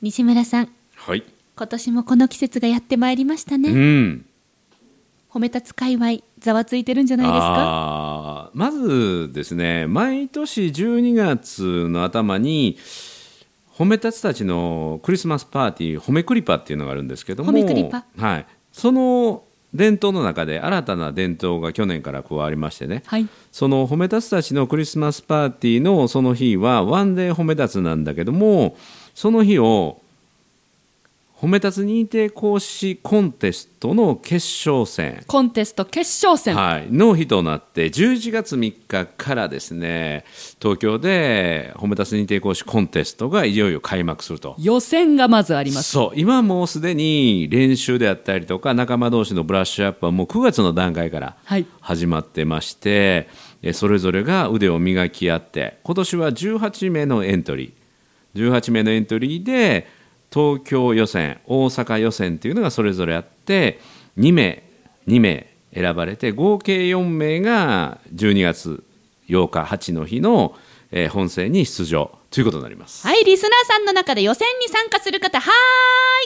西村さんはい。今年もこの季節がやってまいりましたね、うん。褒め立つ界隈ざわついてるんじゃないですかあーまずですね、毎年12月の頭に、褒めたつたちのクリスマスパーティー、褒めクリパっていうのがあるんですけども、褒めクリパはい。その伝統の中で、新たな伝統が去年から加わりましてね、はいその褒め立つたちのクリスマスパーティーのその日はワンデー褒め立つなんだけどもその日を褒め立つ認定講師コンテストの決勝戦、コンテスト決勝戦、はい、の日となって11月3日からですね東京で褒め立つ認定講師コンテストがいよいよ開幕すると。予選がまずありますそう今もうすでに練習であったりとか仲間同士のブラッシュアップはもう9月の段階からはい始まってましてえそれぞれが腕を磨き合って今年は18名のエントリー18名のエントリーで東京予選大阪予選っていうのがそれぞれあって2名2名選ばれて合計4名が12月8日8の日のえー本戦に出場ということになります。はいリスナーさんの中で予選に参加する方はーい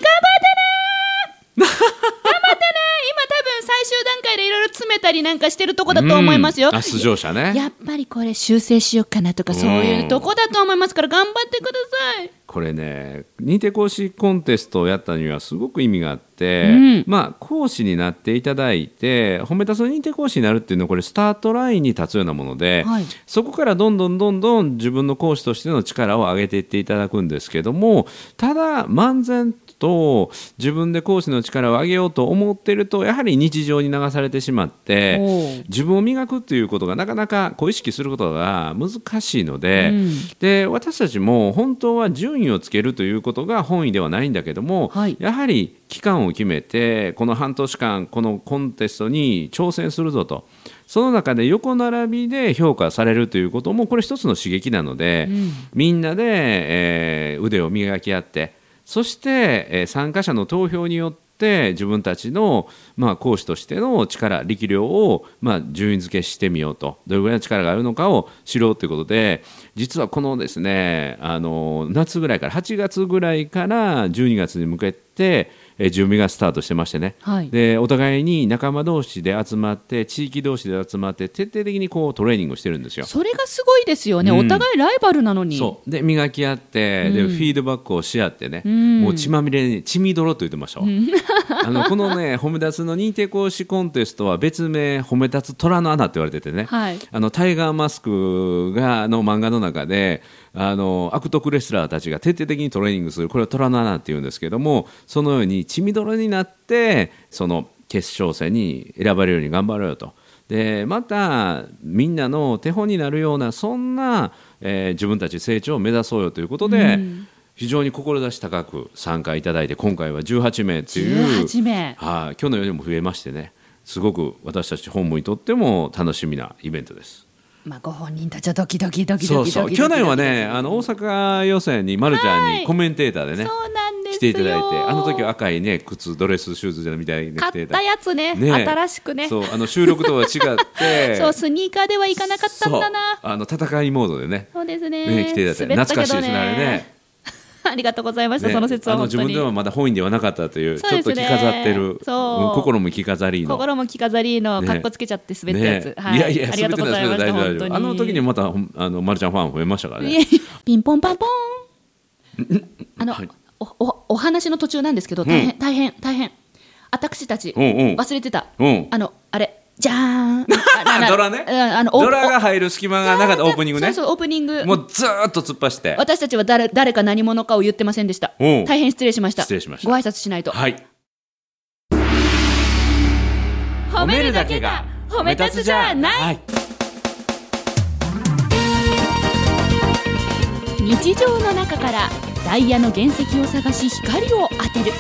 頑張っ てね頑張ってね今多分最終段階でいろいろ詰めたりなんかしてるとこだと思いますよ、うんあ出場者ねやっぱりこれ修正しようかなとかそういうとこだと思いますから頑張ってくださいこれね認定講師コンテストをやったにはすごく意味があって、うんまあ講師になっていただいて褒めたその認定講師になるっていうのはこれスタートラインに立つようなもので、はいそこからどんどんどんどん自分の講師としての力を上げていっていただくんですけどもただ漫然と自分で講師の力を上げようと思ってるとやはり日常に流されてしまっておう自分を磨くっていうことがなかなかこう意識することが難しいので,、うんで私たちも本当は順位をつけるということが本意ではないんだけども、はいやはり期間を決めてこの半年間このコンテストに挑戦するぞとその中で横並びで評価されるということもこれ一つの刺激なので、みんなで、えー腕を磨き合ってそして、えー参加者の投票によって自分たちの、まあ、講師としての力力量を、まあ、順位付けしてみようとどれぐらいの力があるのかを知ろうということで実はこのですねあの夏ぐらいから8月ぐらいから12月に向けて、えー準備がスタートしてましてね、はいでお互いに仲間同士で集まって地域同士で集まって徹底的にこうトレーニングをしてるんですよ。それがすごいですよね、うんお互いライバルなのにそうで磨き合って、でフィードバックをし合ってね、んもう血まみれに血みどろと言ってましたわ、あのこのね褒め立つの認定講師コンテストは別名褒め立つ虎の穴って言われててね、はいあのタイガーマスクがの漫画の中であの悪徳レスラーたちが徹底的にトレーニングするこれは虎の穴って言うんですけどもそのように血みどろになってその決勝戦に選ばれるように頑張ろうよと。でまたみんなの手本になるようなそんな、えー自分たち成長を目指そうよということで、非常に志高く参加いただいて今回は18名という18名はい、去年よりも増えましてね、すごく私たち本部にとっても楽しみなイベントです。まあご本人たちはドキドキドキそドうキそドう、キ去年はね、ドキドキあの大阪予選にまるちゃんはいにコメンテーターでね、そうなんですよ来ていただいて、あの時は赤いね、靴、ドレスシューズじゃみたいに着買てったやつねね新しくねそう、あの収録とは違って、 そうスニーカーではいかなかったんだなそうあの戦いモードでね、そうですねね来ていただいて、滑った懐けかしいどですね、あれ ね。ありがとうございました、ねその説あは本の自当分にではまだ本意ではなかったという、そうちょでっすねと着飾ってる、うんそう心も着飾りの。心も着飾りのねかっこつけちゃって滑ったやつ、ねはいやいや、ありがとうございました滑っ本当にてない滑ってないあの時にまた、ほんあの、まるちゃんファン増えましたからいえね。いえピンポンパンポーンあの、はいおおお話の途中なんですけど大変、大変大変私たち、うんうん忘れてた、うんあのあれじゃー んあなドラねうんあのおドラが入る隙間がなかったオープニングねそう。そうオープニングもうずーっと突っ走って。私たちは誰誰か何者かを言ってませんでしたおう大変失礼しました失礼しましたご挨拶しないと、はい。褒めるだけが褒め立つじゃない、はい。日常の中からダイヤの原石を探し光を当てる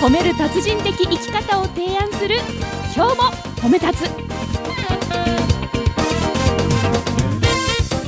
褒める達人的生き方を提案する今日も褒め立つ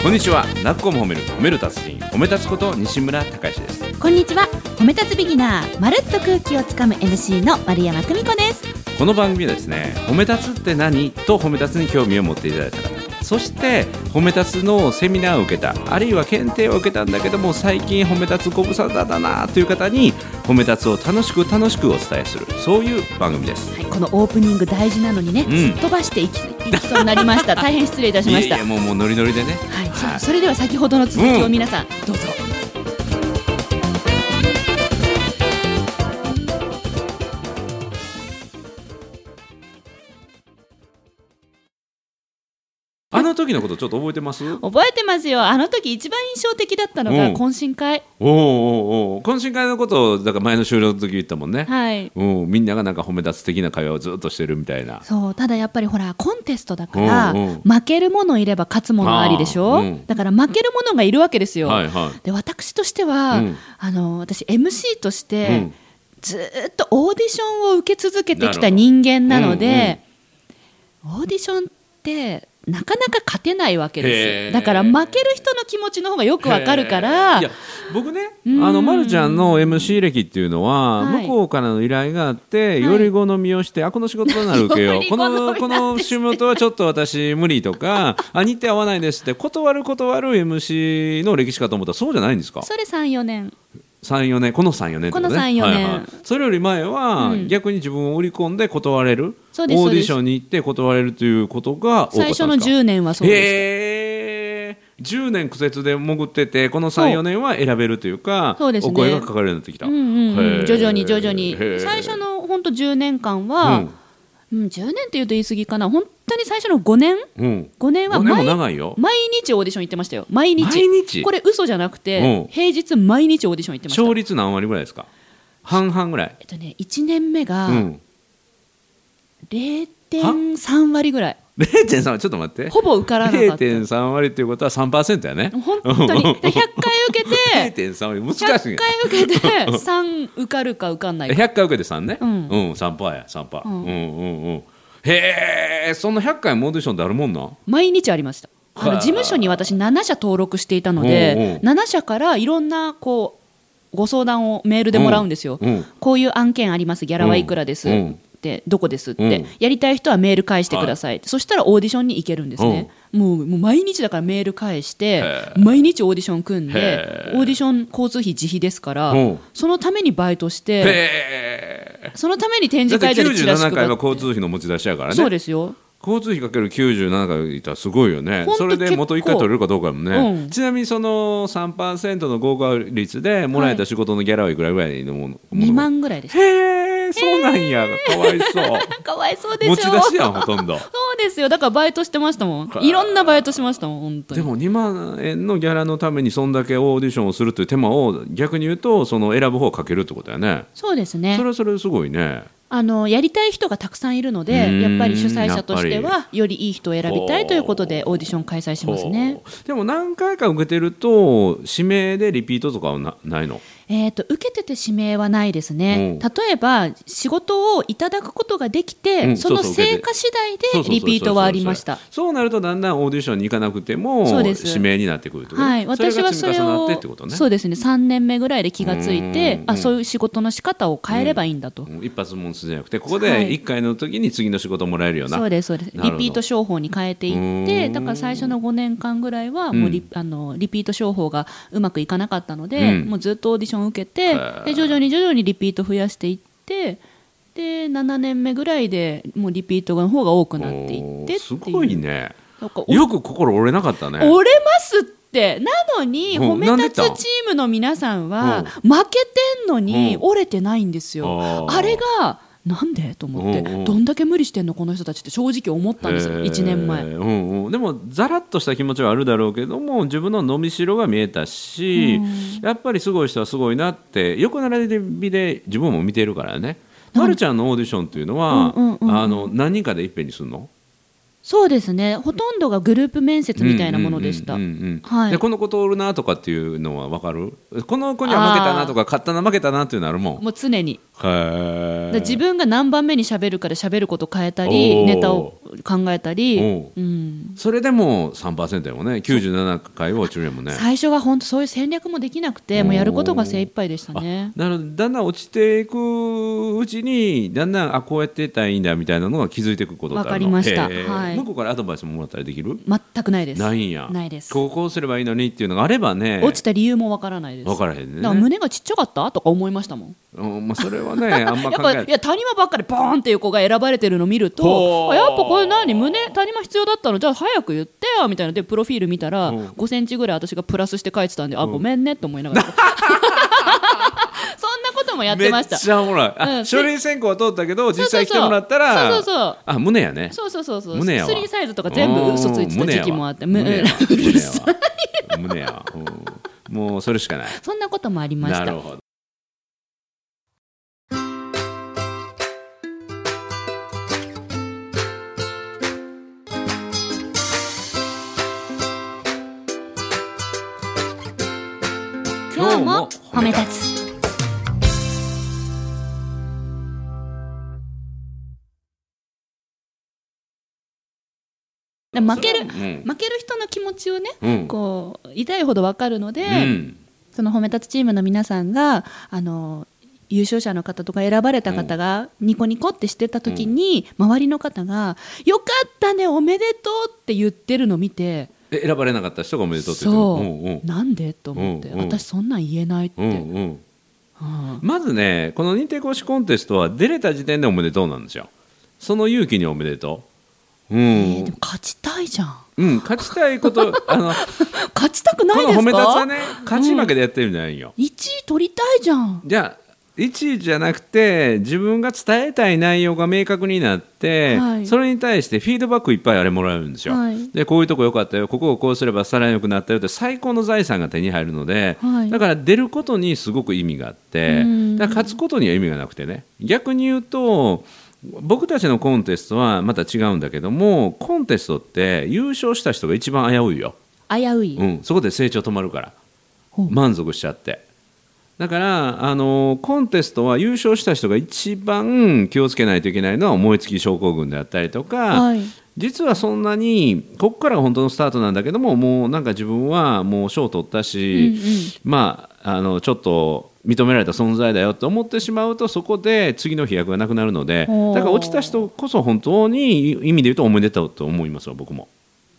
こんにちは。なっこも褒める、褒める達人、褒め立つこと西村隆之です。こんにちは褒め立つビギナーまるっと空気をつかむ MC の丸山久美子ですこの番組はですね、褒め立つって何と褒め立つに興味を持っていただいた方、そして褒め立つのセミナーを受けたあるいは検定を受けたんだけども最近褒め立つご無沙汰だなという方に褒め立つを楽しく楽しくお伝えするそういう番組です。はい、このオープニング大事なのにね、うんすっ飛ばしていきいきそうになりま した大変失礼いたしいまやしいたやもうもうノリノリでね、はい、はいそそれでは先ほどの続きを皆さん、どうぞあの時のことちょっと覚えてます覚えてますよあの時一番印象的だったのうがん懇親会、おうおうおう懇親会のことをだから前の終了の時言ったもんね、はいうん、みんながなんか褒め立つ的な会話をずっとしてるみたいなそうただやっぱりほらコンテストだから、うん負けるものいれば勝つものありでしょ、あーうんだから負けるものがいるわけですよ、はいはいで私としては、うんあの私 MC として、うんずーっとオーディションを受け続けてきなるほたど人間なのでオーディションってなかなか勝てないわけへでーすだから負ける人の気持ちの方がよくわかるかいらや僕ね、んあのまるちゃんの MC 歴っていうのは、はい向こうからの依頼があって、いより好みをしてあこの仕事なら受けようよりこ好みなんのですこの仕事はちょっと私無理 とかあ日程合わないですって断る断る MC の歴史かと思ったらそうじゃないんですかそれ34年34年この34年ってとこの3 4年それより前は、うん逆に自分を売り込んで断れるそうですオそーうデですィションに行って断れるということが多かったん最ですか初の10年はそうでへえ10年苦節で潜っててこの34年は選べるというかそうですねお声がかかるようになってき、したた、うんうんへうえん、徐々に徐々にへえ最初の本当10年間うはん、うん10年っていうと言い過ぎかな本当に最初の5年うん、 5年は5年も毎長いよ毎日オーディション行ってましたよ毎日毎日これ嘘じゃなくて、うん平日毎日オーディション行ってました勝率何割ぐらいですか半々ぐらい、えっとね1年目がうん、 0.3割ぐらい、 0.3ちょっと待ってほぼ受からなかった0.3割っていうことは3%やね本当 に100回受けて0.3割 難しい100回ね受けて3受 かるか受かんないか100回受けて3ねう、うんん3パーや3パー、う、うんんうんうんへえその100回もオーディションであるもんな毎日ありましたあのはあ事務所に私7社登録していたので、うんうん7社からいろんなこうご相談をメールでもらうんですよ、うんうんこういう案件ありますギャラはいくらです、うんでどこですって、うんやりたい人はメール返してください、そしたらオーディションに行けるんですね、もうもう毎日だからメール返してへ毎日オーディション組んでへえオーディション交通費自費ですからうんそのためにバイトしてへえそのために展だっ示て会場でチラシ配っ97て回は交通費の持ち出しやからそうねですよ交通費かける97回いったらすごいよねほんとそれで元1回取れるかどうかやもんね、うんちなみにその3%の合格率でもらえた仕事のギャラはいくらぐらいのもの,、 2万ぐらいでしへえそうなんやかわいそうたかわいそうでしょ持ち出しやんほとんどそうですよ。だからバイトしてましたもん。いろんなバイトしましたもん、本当に。でも2万円のギャラのためにそんだけオーディションをするという手間を逆に言うとその選ぶ方をかけるってことやねそうですそねれ。はそれですごいねあの、やりたい人がたくさんいるのうーんで、やっぱり主催者としてやは、よりいい人を選びたおーいということで、オーディション開催しますね。ほうでも何回か受けてると指名でリピートとかはなないのえっ、と、受けてて指名はないですね。う例えば、仕事をいただくことができて、うんそのそうそう成果次第そうそでうそうそうリピートはありました。そうなるとだんだんオーディションに行かなくてもそうです指名になってくるってことはい、私はそそれれが積み重なっをてってことねそうですね3年目ぐらいで気がついてうーんあそういう仕事の仕方を変えればいいんだと、うん一発もんすじゃなくてここはでい1回の時に次の仕事もらえるような、そうですそうですリなるほどピート商法に変えていっうーてんだから最初の5年間ぐらいはもうリ,、あのリピート商法がうまくいかなかったので、うんもうずっとオーディションを受けてーで徐々に徐々にリピート増やしていってで7年目ぐらいでもうリピートの方が多くなっていってっていうおーすごいねなんかおよく心折れなかったね折れますってなのにうん褒め立つチームの皆さんは負けてんのにう折れてないんですあよ。ーあれがなんでと思ってうんうんどんだけ無理してんのこの人たちって正直思ったんですよへー1年前。うんうん、でもざらっとした気持ちはあるだろうけども自分の伸びしろが見えたし、やっぱりすごい人はすごいなって横並びで自分も見てるからね。まるちゃんのオーディションっていうのは、うんうんうんうんあの何人かでいっぺんにするのそうですねほとんどがグループ面接みたいなものでした。うんうんうんうんはいでこの子通るなとかっていうのは分かるこの子には負けたなとか勝ったな負けたなっていうのあるもん。もう常にへだーから自分が何番目に喋るかで喋ること変えたりおーネタを考えたり、おうん、それでも3%やもんね97回は落ちるやもんね。最初は本当そういう戦略もできなくてもうやることが精一杯でしたね。なのでだんだん落ちていくうちにだんだんあこうやってたらいいんだみたいなのが気づいていくことってあるのわかりましたへーはえ向こうからアドバイスももらったりできる全くないですないんやないですこうこうすればいいのにっていうのがあればね落ちた理由もわからないです分からへんねだから胸がちっちゃかったとか思いましたもんうんまあ、それはねあんまやっ考ぱ えないいや谷間ばっかりボーンっていう子が選ばれてるの見るほとうあやっぱこれ何胸谷間必要だったのじゃあ早く言ってよみたいなでプロフィール見たらうん5センチぐらい私がプラスして書いてたんであごめんねって思い ながらそんなこともやってましためっちゃおもろい、あうん書類選考は通ったけどそうそうそう実際来てもらったらそうそうそうあ胸やねそうそうそうそう胸やわスリーサイズとか全部嘘ついてた時期もあってうん胸やわむうる胸やさいわ胸や わうんもうそれしかない そんなこともありましなたるほど今日も褒め立つで負けるうん負ける人の気持ちをねうんこう痛いほど分かるので、うんその褒め立つチームの皆さんがあの優勝者の方とか選ばれた方がニコニコってしてた時に、周りの方が「よかったねおめでとう」って言ってるの見てで選ばれなかった人がおめでとうって言そう、ってるなんでと思って、うんうん私そんなん言えないって、うんうんうんうんうんまずねこの認定講師コンテストは出れた時点でおめでとうなんですよその勇気におめでとううん、えーでも勝ちたいじゃんうん、勝ちたいこと あの勝ちたくないこですかの褒め立つはね勝ち負けでやってるんじゃないよ、 1位取りたいじゃんじゃあ1位じゃなくて自分が伝えたい内容が明確になって、はいそれに対してフィードバックいっぱいあれもらえるんですよ、はいでこういうとこ良かったよここをこうすればさらに良くなったよって最高の財産が手に入るので、はいだから出ることにすごく意味があってうんだから勝つことには意味がなくてね逆に言うと僕たちのコンテストはまた違うんだけどもコンテストって優勝した人が一番危ういよ、危うい、うん、そこで成長止まるからほう満足しちゃってだから、あのコンテストは優勝した人が一番気をつけないといけないのは思いつき症候群であったりとか、はい実はそんなにここからが本当のスタートなんだけどももうなんか自分はもう賞取ったし、まああのちょっと認められた存在だよと思ってしまうとそこで次の飛躍がなくなるのでおーだから落ちた人こそ本当に意味で言うと思い出たと思いますわ僕も。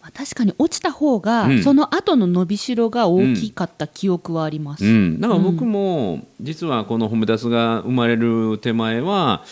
まあ確かに落ちた方が、うんその後の伸びしろが大きかった記憶はあります、うん、だから僕も実はこの「ホメダス」が生まれる手前は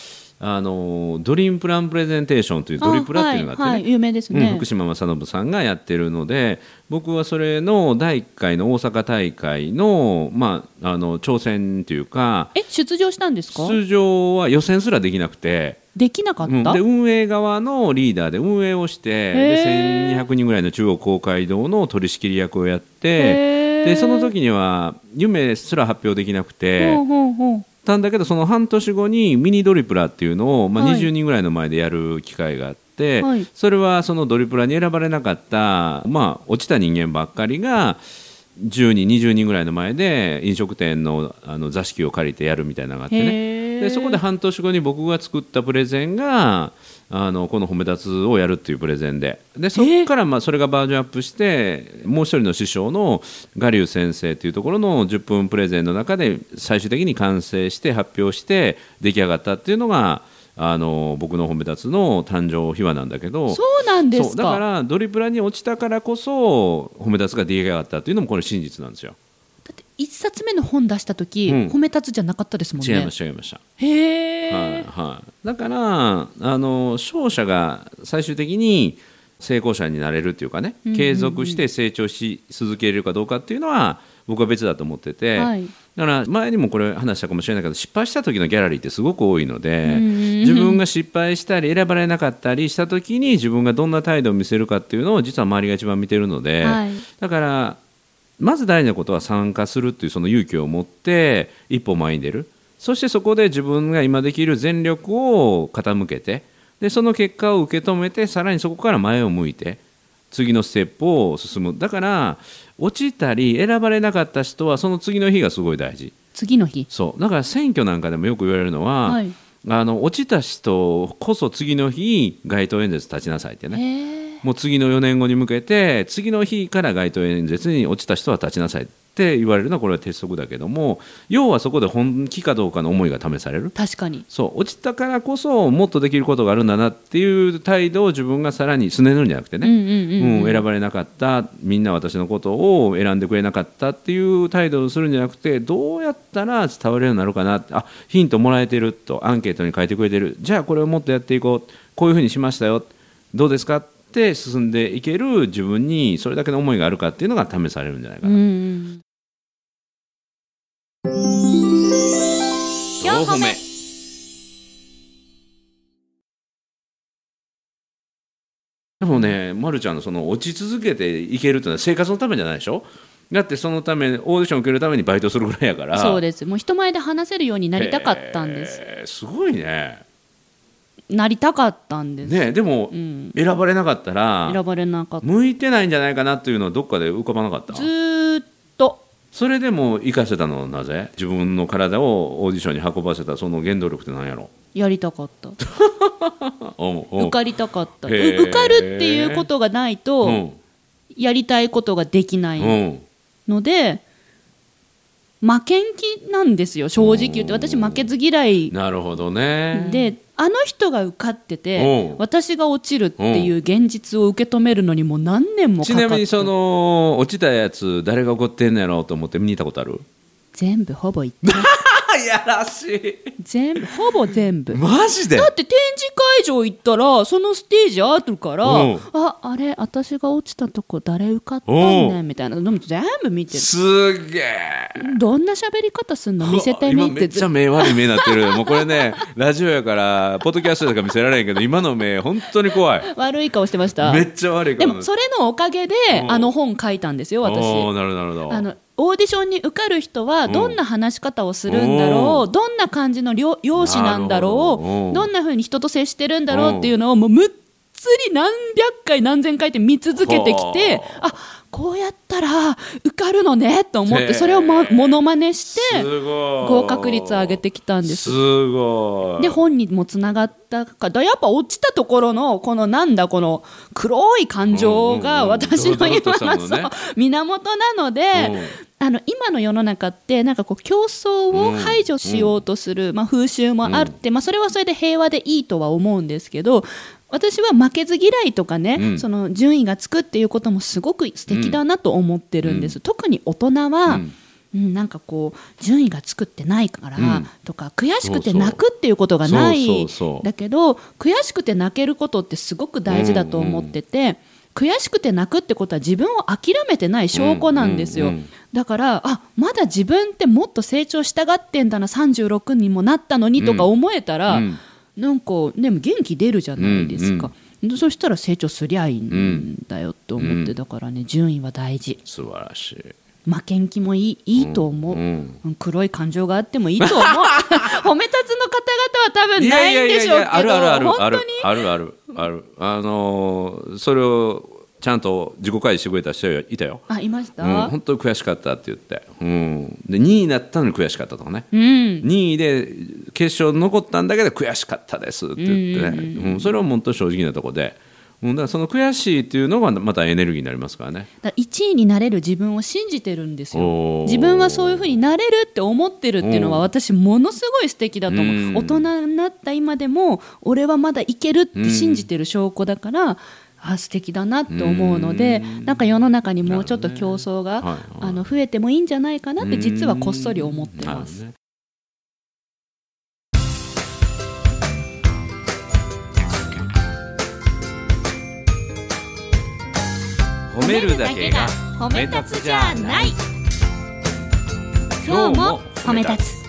あのドリームプランプレゼンテーションというドリプラっていうのがあってね、あはいはい有名ですね、うん、福島正信さんがやってるので僕はそれの第1回の大阪大会の,、まあ、あの挑戦というかえ出場したんですか出場は予選すらできなくて。できなかった、うん、で運営側のリーダーで運営をしてへでー1200人ぐらいの中央公会堂の取り仕切り役をやってへーでその時には夢すら発表できなくてほうほうほうたんだけどその半年後にミニドリプラっていうのを、まあ、はい20人ぐらいの前でやる機会があって、はいそれはそのドリプラに選ばれなかった、まあ、落ちた人間ばっかりが10人20人ぐらいの前で飲食店のあの座敷を借りてやるみたいなのがあってね。へーでそこで半年後に僕が作ったプレゼンがあのこの「褒め立つ」をやるっていうプレゼンででそこからまあそれがバージョンアップしてもう一人の師匠の我流先生っていうところの10分プレゼンの中で最終的に完成して発表して出来上がったっていうのがあの僕の「褒め立つ」の誕生秘話なんだけど。そうなんでそうすだかからドリブラに落ちたからこそ褒め立つが出来上がったっていうのもこれ真実なんですよ。だって一冊目の本出した時、うん褒め立つじゃなかったですもんね違いました違いました。へえ、はいはい、だからあの勝者が最終的に成功者になれるっていうかね継続して成長し続けれるかどうかっていうのは僕は別だと思ってて、はいだから前にもこれ話したかもしれないけど失敗した時のギャラリーってすごく多いのでうんうんうん自分が失敗したり選ばれなかったりした時に自分がどんな態度を見せるかっていうのを実は周りが一番見てるので、はいだからまず大事なことは参加するっていうその勇気を持って一歩前に出るそしてそこで自分が今できる全力を傾けてでその結果を受け止めてさらにそこから前を向いて次のステップを進むだから落ちたり選ばれなかった人はその次の日がすごい大事次の日そうだから選挙なんかでもよく言われるのは、はいあの落ちた人こそ次の日街頭演説立ちなさいってねへえもう次の4年後に向けて次の日から街頭演説に落ちた人は立ちなさいっって言われるのはこれは鉄則だけども要はそこで本気かどうかの思いが試される確かにそう落ちたからこそもっとできることがあるんだなっていう態度を自分がさらにすねるんじゃなくてね、うんうんうんうん選ばれなかったみんな私のことを選んでくれなかったっていう態度をするんじゃなくてどうやったら伝わるようになるかなあヒントもらえてるとアンケートに書いてくれてるじゃあこれをもっとやっていこうこういうふうにしましたよどうですかって進んでいける自分にそれだけの思いがあるかっていうのが試されるんじゃないかうな。ん4歩目でもね、ま、るちゃんのその落ち続けていけるってのは生活のためじゃないでしょだってそのためオーディション受けるためにバイトするぐらいやからそうでですもう人前で話せるようになりたかったんです、すごいねなりたかったんです、ねでも、うん、選ばれなかった選らばれなかった向いてないんじゃないかなっていうのはどっかで浮かばなかったずーっとそれでも生かせたのはなぜ自分の体をオーディションに運ばせたその原動力って何やろやりたかったあおうおう受かりたかったうへー受かるっていうことがないと、うんやりたいことができなういんので、負けん気なんですよ正直言って私負けず嫌いなるほどねであの人が受かってうてん私が落ちるっていう現実を受け止めるのにもう何年もかちかってなみにその落ちたやつ誰が怒ってんのやろうと思って見に行ったことある全部ほぼ言ってあやらしい全部ほぼ全部マジでだって展示会場行ったらそのステージあるからうんああれ私が落ちたとこ誰受かったんねんみたいなのも全部見てすげえるどんな喋り方すんの見せてみ今っめってちゃ目悪い目になってるもうこれね ラジオやからポッドキャストだから見せられんけど今の目本当に怖い悪い顔してましためっちゃ悪いかでらもそれのおかげでうんあの本書いたんですよおー私なるほどなるほどあのオーディションに受かる人はんどんな話し方をするんだろおうどんな感じのりょ容姿なんだろなるほどうどんなふうに人と接してるんだうろんうっていうのをもうむっつり何百回何千回って見続けてきてほうあこうやったら受かるのねと思っへーてそれをもものまねしてすごい合格率上げてきたんですすごいで本にもつながったからやっぱ落ちたところのこのなんだこの黒い感情うがんうんうん私の今ドロドロのとそしたうのね源なので。あの今の世の中ってなんかこう競争を排除しようとする、まあ、風習もあって、まあ、それはそれで平和でいいとは思うんですけど私は負けず嫌いとかね、うんその順位がつくっていうこともすごく素敵だなと思ってるんです、特に大人は、うんうん、なんかこう順位がつくってないからうんとか、悔しくて泣くっていうことがないそうそうそうだけど悔しくて泣けることってすごく大事だと思ってて、悔しくて泣くってことは自分を諦めてない証拠なんですよ、うんうんうんだからあまだ自分ってもっと成長したがってんだな36にもなったのにとか思えたら、うんなんかでも元気出るじゃないですか、そしたら成長すりゃいいんだよって思って、うんだからね順位は大事素晴らしい負けん気もいいいいと思う、うんうん黒い感情があってもいいと思う 褒め立つの方々は多分ないんでしょうけどあるあるあるあ本当るにあるあるあるあのーそれをちゃんと自己開示してくれた人いたよ、あいましうた、ん、本当に悔しかったって言って、うん、で2位になったのに悔しかったとかね、うん、 2位で決勝残ったんだけど悔しかったですって言ってね、うんそれは本当に正直なとこで、うん、だからその悔しいっていうのがまたエネルギーになりますからねだ1位になれる自分を信じてるんですおーよ自分はそういうふうになれるって思ってるっていうのはうん私ものすごい素敵だと思う、うん大人になった今でも俺はまだいけるって信じてる証拠だから、あ素敵だなって思うので、なんか世の中にもうちょっと競争が、なるほどねはいはいあの増えてもいいんじゃないかなって実はこっそり思ってなるほまどす。ね褒めるだけが褒め立つじゃない今日も褒め立つ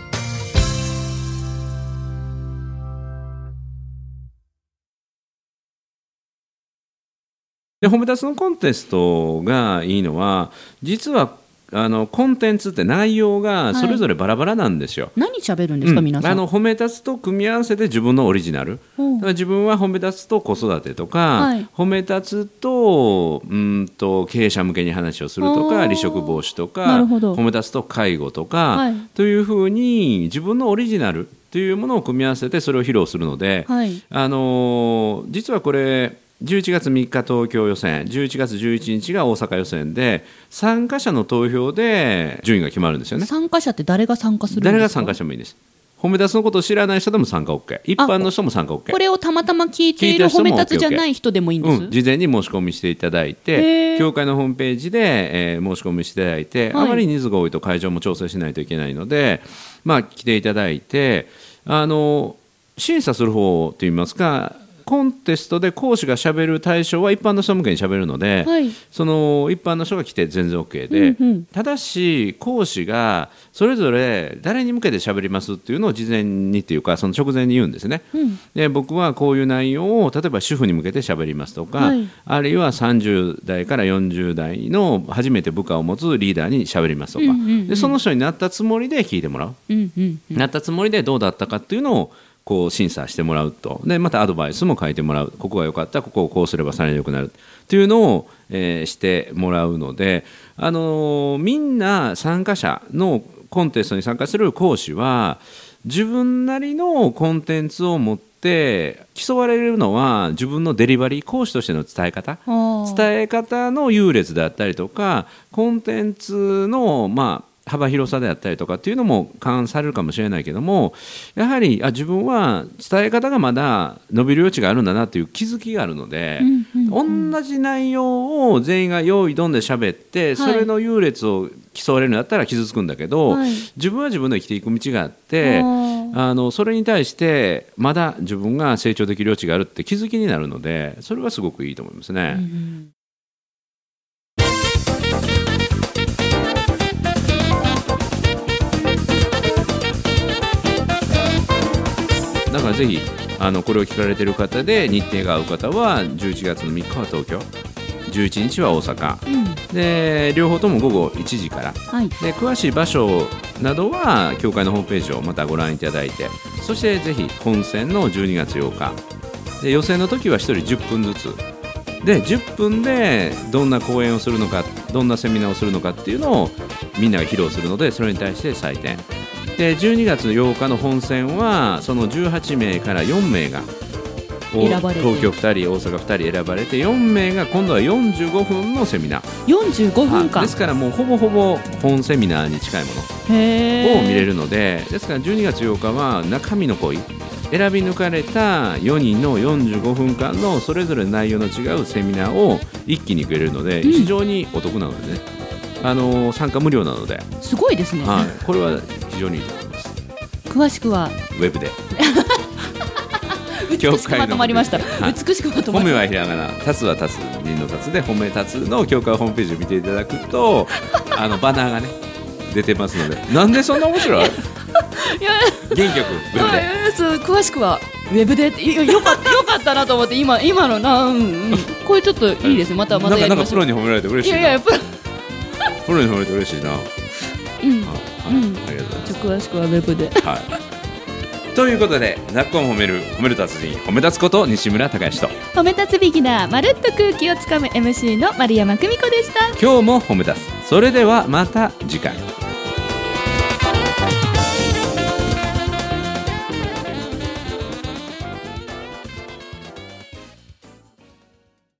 で褒め立つのコンテストがいいのは実はあのコンテンツって内容がそれぞれバラバラなんですよ。何喋るんですか、うん皆さあん。の褒め立つと組み合わせて自分のオリジナルうんだから自分は褒め立つと子育てとか、はい褒め立つとうーんと経営者向けに話をするとかあー離職防止となかるほど褒め立つと介護とか、はいというふうに自分のオリジナルというものを組み合わせてそれを披露するので、はいあのー実はこれ11月3日東京予選11月11日が大阪予選で参加者の投票で順位が決まるんですよね参加者って誰が参加するんですか誰が参加してもいいです褒め立つのことを知らない人でも参加 OK 一般の人も参加 OK これをたまたま聞いている聞いた人褒もめ立つじゃない人でもいいんです、うん、事前に申し込みしていただいへーて協会のホームページで、えー申し込みしていただいて、はいあまり人数が多いと会場も調整しないといけないので、まあ、来ていただいてあの審査する方といいますかコンテストで講師がしゃべる対象は一般の人向けにしゃべるので、はいその一般の人が来て全然 OK で、うんうんただし講師がそれぞれ誰に向けて喋りますっていうのを事前にっていうかその直前に言うんですね、うんで僕はこういう内容を例えば主婦に向けて喋りますとか、はいあるいは30代から40代の初めて部下を持つリーダーに喋りますとか、うんうんうんでその人になったつもりで聞いてもらう、うんうんなったつもりでどうだったかっていうのをこう審査してもらうとでまたアドバイスも書いてもらうここが良かったここをこうすればさらに良くなるっていうのを、えーしてもらうので、あのーみんな参加者のコンテストに参加する講師は自分なりのコンテンツを持って競われるのは自分のデリバリー講師としての伝え方あー伝え方の優劣であったりとかコンテンツの、まあ、幅広さであったりとかっていうのも勘案されるかもしれないけどもやはりあ自分は伝え方がまだ伸びる余地があるんだなっていう気づきがあるので、うんうん同じ内容を全員が用意どんで喋って、それの優劣を競われるんだったら傷つくんだけど、はい自分は自分の生きていく道があってあーあのそれに対してまだ自分が成長できる余地があるって気づきになるのでそれはすごくいいと思いますね。うんだからぜひあのこれを聞かれてる方で日程が合う方は11月の3日は東京11日は大阪うんうんで両方とも午後1時からはいで詳しい場所などは協会のホームページをまたご覧いただいてそしてぜひ本戦の12月8日で予選の時は1人10分ずつで10分でどんな講演をするのかどんなセミナーをするのかっていうのをみんなが披露するのでそれに対して採点で12月8日の本戦はその18名から4名がお選ばれて東京2人大阪2人選ばれて4名が今度は45分のセミナー45分あ間ですからもうほぼほぼ本セミナーに近いものへをー見れるので、ですから12月8日は中身の濃い選び抜かれた4人の45分間のそれぞれ内容の違うセミナーを一気に受けれるので、うん非常にお得なのでねあの参加無料なので、すごいですね、はい、これは非常にいいと思います詳しくはウェブで美教しく会のまとまりましたはい美しくまとま褒りめまはひらがな立つは立つ人の立つで褒め立つの教会ホームページを見ていただく とあのバナーがね出てますのでなんでそんな 面白いしたいや原曲ウェブではいそう詳しくはウェブでっていやよかったよかったなと思って今今のなうんうんこれちょっといいですよまたまたやりなんかまなんしかプょうロに褒められて嬉いしいなやいやプロプロに褒められて嬉しいうな、んあはいうんありがとうござちいょ詳しくはウェブでます、はい、ということで「なっこん褒める褒める達人褒め立つこと西村隆之と褒め立つビギナーまるっと空気をつかむ MC の丸山久美子でした今日も褒め立つそれではまた次回